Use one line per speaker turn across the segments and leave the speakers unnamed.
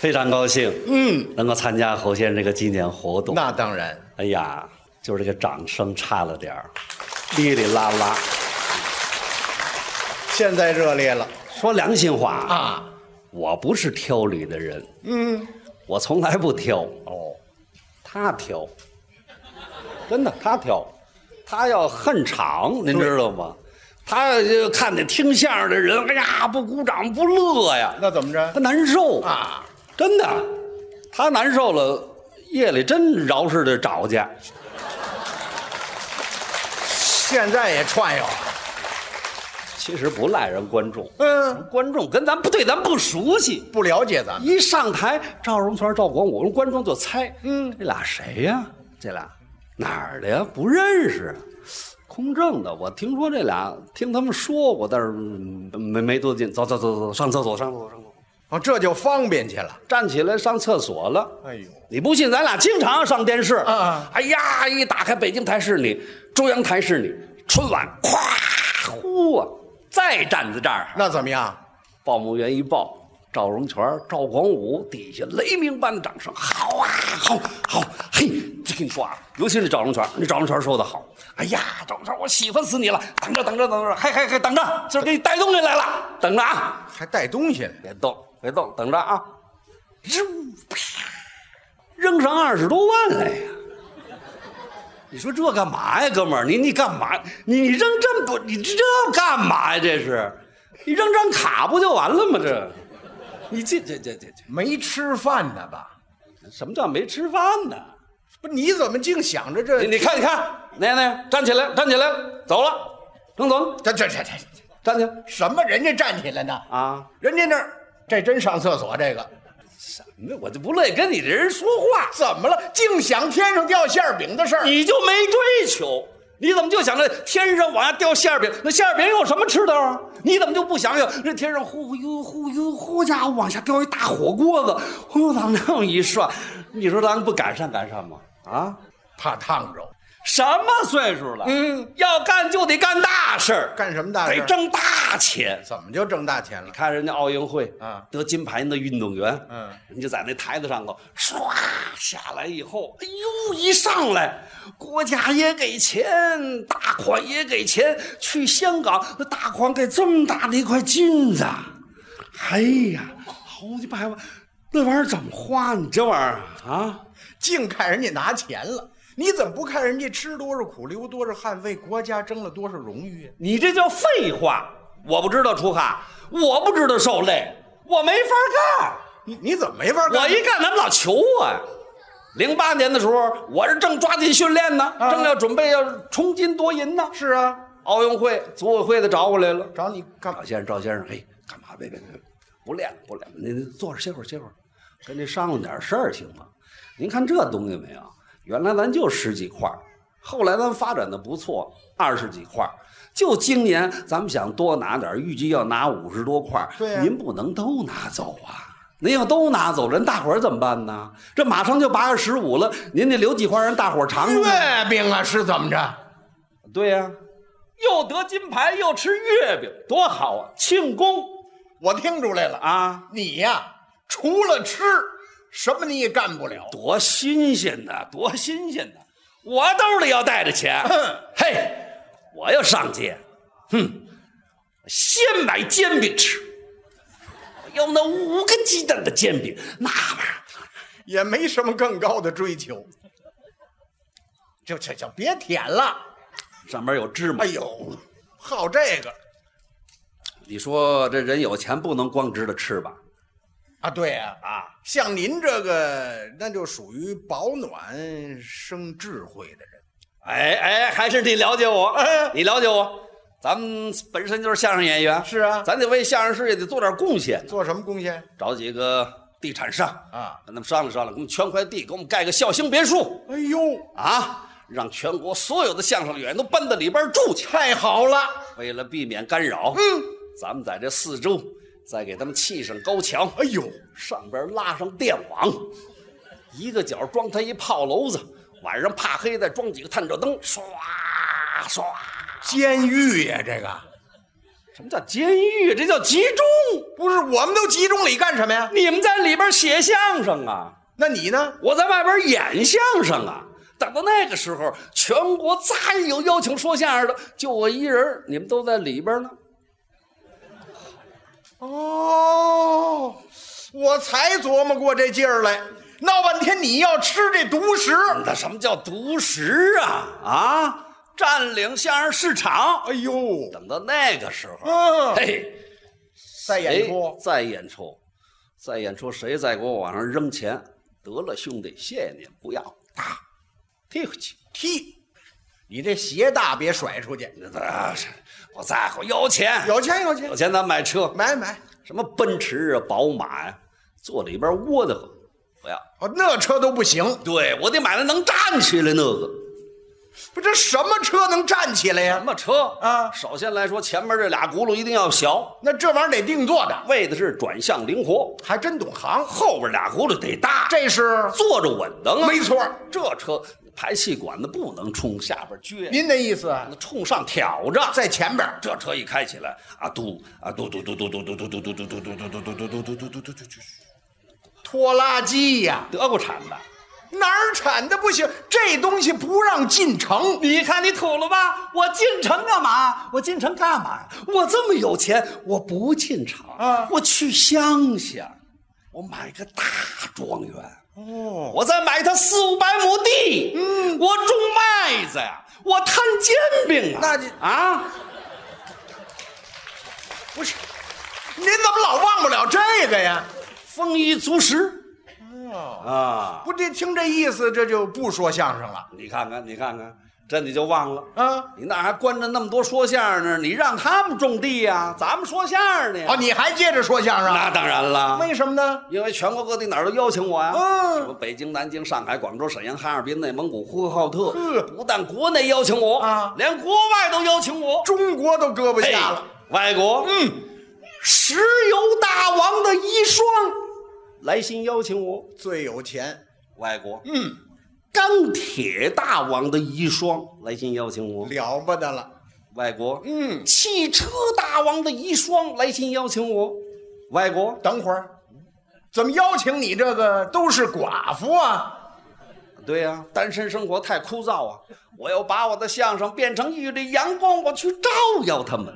非常高兴，嗯，能够参加侯先生这个纪念活动。
那当然，
哎呀，就是这个掌声差了点儿，哩哩啦啦。
现在热烈了
说良心话啊，
啊！
我不是挑理的人，嗯，我从来不挑，
哦，
他挑，真的他挑，他要恨场，您知道吗？他就看见听相声的人，哎呀，不鼓掌不乐呀，
那怎么
他
着
难受，
啊？
真的，他难受了，夜里真饶似的找去。
现在也串悠，
其实不赖人观众，
嗯，
观众跟咱不对，咱不熟悉。
不了解咱们
一上台，赵荣全、赵广武，我们观众就猜，嗯，这俩谁呀、这俩哪儿的呀？不认识。啊空政的，我听说这俩，听他们说过，但是嗯没没多近。走走走走，上厕所，上厕所，上厕所。
哦，这就方便去了。
站起来上厕所了。
哎呦，
你不信，咱俩经常上电视。
啊啊
哎呀，一打开北京台是你，中央台是你，春晚咵呼啊，再站在这儿，
那怎么样？
报幕员一报，赵荣全、赵广武底下雷鸣般的掌声，好啊，好，好，嘿，这跟你说啊，尤其是赵荣全，那赵荣全说的好，哎呀，赵荣全，我喜欢死你了，等着，等着，等着，嘿嘿嘿，等着，今儿给你带东西来了，等着啊。
还带东西呢？
别动，别动，等着啊！扔，啪，扔上二十多万来呀！你说这干嘛呀，哥们儿？你你干嘛？你你扔这么多，你这干嘛呀？这是，你扔张卡不就完了吗？这，你这这这这这，
没吃饭呢吧？
什么叫没吃饭呢？
不，你怎么净想着
你
这？
你看你看，那那站起来，站起来，走了，扔走了，
这这这这
站起来
什么？人家站起来呢？
啊！
人家那儿这真上厕所，这个
那我就不乐意跟你这人说话。
怎么了？净想天上掉馅儿饼的事儿。
你就没追求，你怎么就想着天上往下掉馅儿饼？那馅儿饼有什么吃的啊？你怎么就不想想这天上忽悠忽悠忽家伙往下掉一大火锅子，哎忽悠往那么一涮，你说咱们不赶上赶上吗？啊，
怕烫着，
什么岁数了？嗯，要干就得干大事儿，
干什么大事
得挣大钱。
怎么就挣大钱了？
看人家奥运会
啊
得金牌的运动员，
嗯，
人家在那台子上头唰下来以后，哎呦，一上来，国家也给钱，大款也给钱，去香港那大款给这么大的一块金子，哎呀，好几百万，那玩意儿怎么花？你这玩意儿啊，
净看人家拿钱了，你怎么不看人家吃多少苦、流多少汗、为国家争了多少荣誉啊？
你这叫废话！我不知道出汗，我不知道受累，我没法干。
你你怎么没法干？
我一干，他们老求我呀。零八年的时候，我是正抓紧训练呢，
啊
正要准备要冲金夺银呢。
是啊，
奥运会组委会的找我来了，
找你干嘛
赵？先生，赵先生，嘿，干嘛？别别别，不练了，不练了，您坐着歇会儿，歇会儿，跟您商量点事儿行吗？您看这东西没有？原来咱就十几块儿，后来咱发展的不错，二十几块儿。就今年咱们想多拿点儿，预计要拿五十多块儿。
对呀
您不能都拿走啊！您要都拿走，人大伙儿怎么办呢？这马上就八月十五了，您得留几块儿让大伙儿尝尝。
月饼啊，是怎么着？
对呀、又得金牌又吃月饼，多好啊！庆功
我听出来了啊，
啊！
你呀、除了吃，什么你也干不了。
多新鲜呐，多新鲜呐！我兜里要带着钱，嘿，我要上街，哼，先买煎饼吃，我要那五个鸡蛋的煎饼，那玩意儿
也没什么更高的追求。就就就别舔了！
上面有芝麻
哎。呦，好这个
你说这人有钱不能光知道吃吧？
啊！对呀、啊，
啊，
像您这个，那就属于保暖生智慧的人。
哎哎，还是你了解我，
哎
你了解我。咱们本身就是相声演员，
是啊
咱得为相声事业得做点贡献。
做什么贡献
找几个地产商
啊？
跟他们商量商量，给我们圈块地，给我们盖个孝兴别墅
哎呦，
啊，让全国所有的相声演员都搬到里边住去。
太好了！
为了避免干扰，嗯，咱们在这四周再给他们砌上高墙，
哎呦，
上边拉上电网，一个角装他一炮楼子，晚上怕黑再装几个探照灯，唰唰。
监狱呀、这个
什么叫监狱？这叫集中。
不是，我们都集中里干什么呀？
你们在里边写相声啊，
那你呢？
我在外边演相声啊。等到那个时候，全国再有邀请说相声的，就我一人，你们都在里边呢。
哦，我才琢磨过这劲儿来，闹半天你要吃这独食。
那什么叫独食啊？啊，占领相声市场。
哎呦，
等到那个时候，
嗯，
嘿，
在演
哎
出，
再演出，再演出，谁再给我往上扔钱？得了，兄弟，谢谢您，不要，打，退回去。
踢，你这鞋大别甩出去。
那那是我在乎有钱，
有钱有钱
有，钱咱买车，
买买。
什么奔驰啊、宝马呀、坐里边窝得慌，不要。
哦，那车都不行，
对我得买那能站起来那个
不，这什么车能站起来
什
呀？
么车
啊
首先来说，前面这俩轱辘一定要小，
那这玩意儿得定做的，
为的是转向灵活；
还真懂行。
后边俩轱辘得大，
这是
坐着稳当啊。
没错，
这车排气管子不能冲下边撅，
您的意思啊
那冲上挑着。
在前边儿
这车一开起来，啊嘟啊嘟嘟嘟嘟嘟嘟嘟嘟嘟嘟嘟嘟嘟嘟嘟嘟嘟嘟嘟嘟嘟嘟，
拖拉机呀、
德国产的。
哪儿产的不行？这东西不让进城。
你看你吐了吧？我进城干嘛？我进城干嘛呀？我这么有钱，我不进城
啊
我去乡下，我买个大庄园哦，我再买它四五百亩地，嗯，我种麦子呀，我摊煎饼啊，
那你
啊，
不是，您怎么老忘不了这个呀？
丰衣足食，啊，
不，这听这意思，这就不说相声了
你看看，你看看，这你就忘了。
啊！
你那还关着那么多说相声呢？你让他们种地呀、咱们说相声呢呀。
哦，你还接着说相声？啊
那当然了。
为什么呢？
因为全国各地哪儿都邀请我呀、
嗯
什么北京、南京、上海、广州、沈阳、哈尔滨、内蒙古、呼和浩特，
呵
不但国内邀请我
啊
连国外都邀请我，
中国都搁不
嘿
下了。，
外国，嗯，石油大王的遗孀来信邀请我，
哎最有钱，
外国，嗯，钢铁大王的遗孀来信邀请我，
了不得了。
外国，
嗯，
汽车大王的遗孀来信邀请我，外国，
等会儿，怎么邀请你这个都是寡妇啊？
对呀、单身生活太枯燥啊！我要把我的相声变成一缕阳光，我去照耀他们。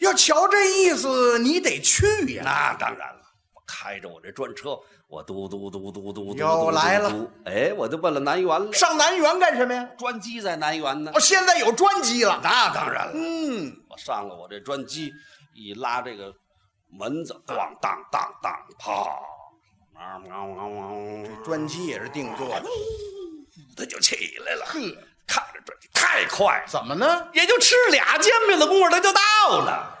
要瞧这意思，你得去呀、
那当然了，我开着我这专车，我嘟嘟嘟嘟嘟嘟，
又来了
嘟。嘟哎，我就奔了南园了。
上南园干什么呀？
专机在南园呢
哦，。现在有专机了。
那当然了，
嗯，
我上了我这专机，一拉这个门子，咣当当当，啪，汪汪汪汪，
专机也是定做的。
它就起来了。看着专机太快了，
怎么 呢？
也就吃俩煎饼的功夫，它就到 了。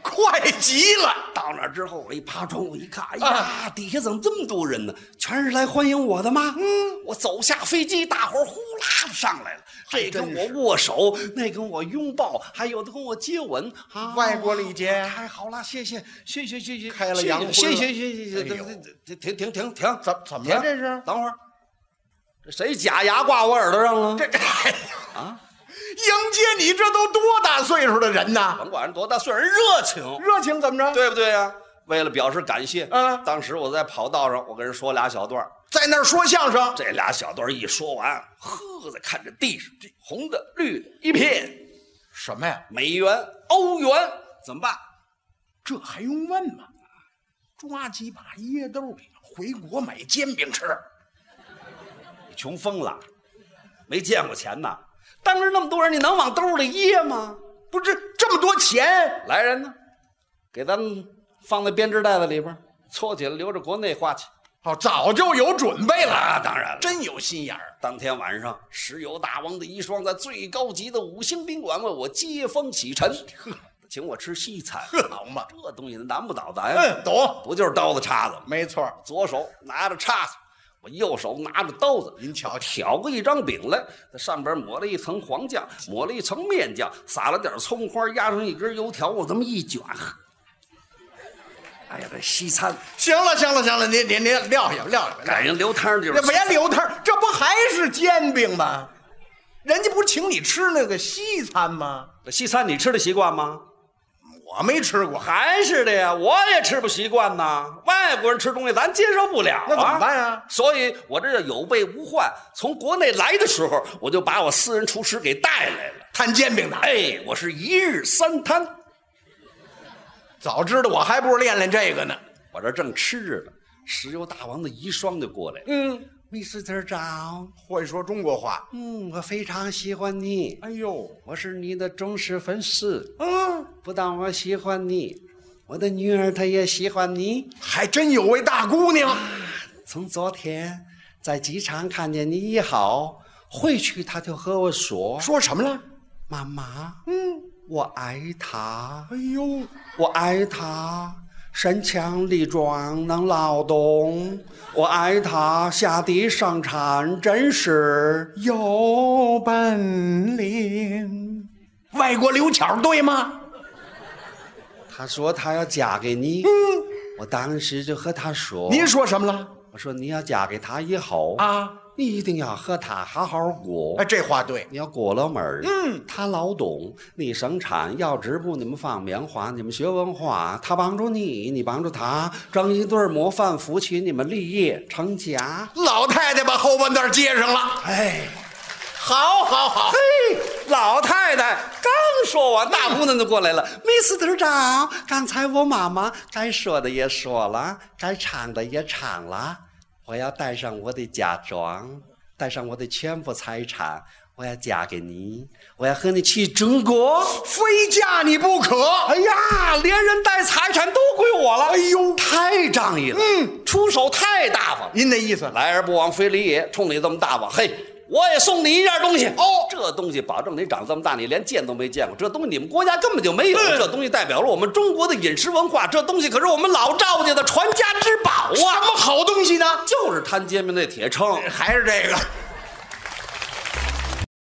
快极了！
到那儿之后，我一爬窗户一看，哎呀，底下怎么这么多人呢？全是来欢迎我的吗？嗯，我走下飞机，大伙儿呼啦就上来了，这跟我握手，那跟我拥抱，还有的跟我接吻啊！
外国礼节
太好了，谢谢，谢谢，谢谢，
开了洋荤了
谢谢，谢谢，谢谢，
哎呦
停停停停停，
怎怎么了
停
这是
等会儿，这谁假牙挂我耳朵上了？
这这
啊，
迎接你这都多大岁数的人呐？
甭管人多大岁数，人热情。
热情怎么着？
对不对呀、为了表示感谢，
啊
当时我在跑道上，我跟人说俩小段儿
在那儿说相声，
这俩小段儿一说完，呵，再看着地上这红的、绿的一片，
什么呀？
美元、欧元怎么办？
这还用问吗？抓几把椰豆回国买煎饼吃。
你穷疯了，没见过钱呐！当着那么多人，你能往兜里掖吗？
不是这么多钱，
来人呢，给咱们放在编织袋子里边儿，搓起来留着国内花去。
哦，早就有准备了，
那当然了。
啊真有心眼儿。
当天晚上，石油大王的遗孀在最高级的五星宾馆为我接风洗尘，请我吃西餐。
呵，好嘛，
这东西难不倒咱呀，
嗯，懂，
不就是刀子叉子吗？
没错儿。
左手拿着叉子，我右手拿着刀子，
您瞧瞧，
挑过一张饼来，在上边抹了一层黄酱，抹了一层面酱，撒了点葱花，压上一根油条，我这么一卷，呵哎呀，这西餐
行了，行了，行了，您您您撂下吧，撂下吧。
赶上流汤就是
哎这别留他，这不还是煎饼吗？人家不是请你吃那个西餐吗？
西餐，你吃的习惯吗？
我没吃过，
韩式的呀，我也吃不习惯呐。外国人吃东西咱接受不了啊，
那怎么办呀？
所以我这叫有备无患。从国内来的时候，我就把我私人厨师给带来了。
摊煎饼的。
哎，我是一日三餐，
早知道我还不如练练这个呢。
我这正吃着呢，石油大王的遗孀就过来了。
嗯，
Mr. 长，
会说中国话。
嗯，我非常喜欢你，
哎呦，
我是你的忠实粉丝。
嗯，
不但我喜欢你，我的女儿她也喜欢你。
还真有位大姑娘。
从昨天在机场看见你以后，回去她就和我说
说什么了？：“
妈妈，
嗯，
我爱她，
哎呦，
我爱她，身强力壮能劳动，我爱她下地生产，真是
有本领。外国刘巧对吗？
她说她要嫁给你。”我当时就和她说：“
您说什么了？
我说你要嫁给他以后，
啊，
你一定要和他好好过。
哎，这话对。
你要过了门儿，
嗯，
他劳动，你生产，要织布，你们放棉花，你们学文化，他帮助你，你帮助他，整一对儿模范夫妻，你们立业成家。
老太太把后半段接上了。
哎，
好，好，好。
嘿，老太太刚说完，大姑娘就过来了。Mr. 长，刚才我妈妈该说的也说了，该唱的也唱了，我要带上我的嫁妆，带上我的全部财产，我要嫁给你，我要和你去中国。
非嫁你不可。
哎呀，连人带财产都归我了！哎呦，太仗义了，嗯，出手太大方了。
您的意思？
来而不往非礼也，冲你这么大方，嘿，我也送你一样东西。
哦
这东西保证你长这么大，你连见都没见过。这东西你们国家根本就没有，这东西代表了我们中国的饮食文化。这东西可是我们老赵家的传家之宝
什
啊！
么好东西呢？
就是摊煎饼那铁秤，
还是这个。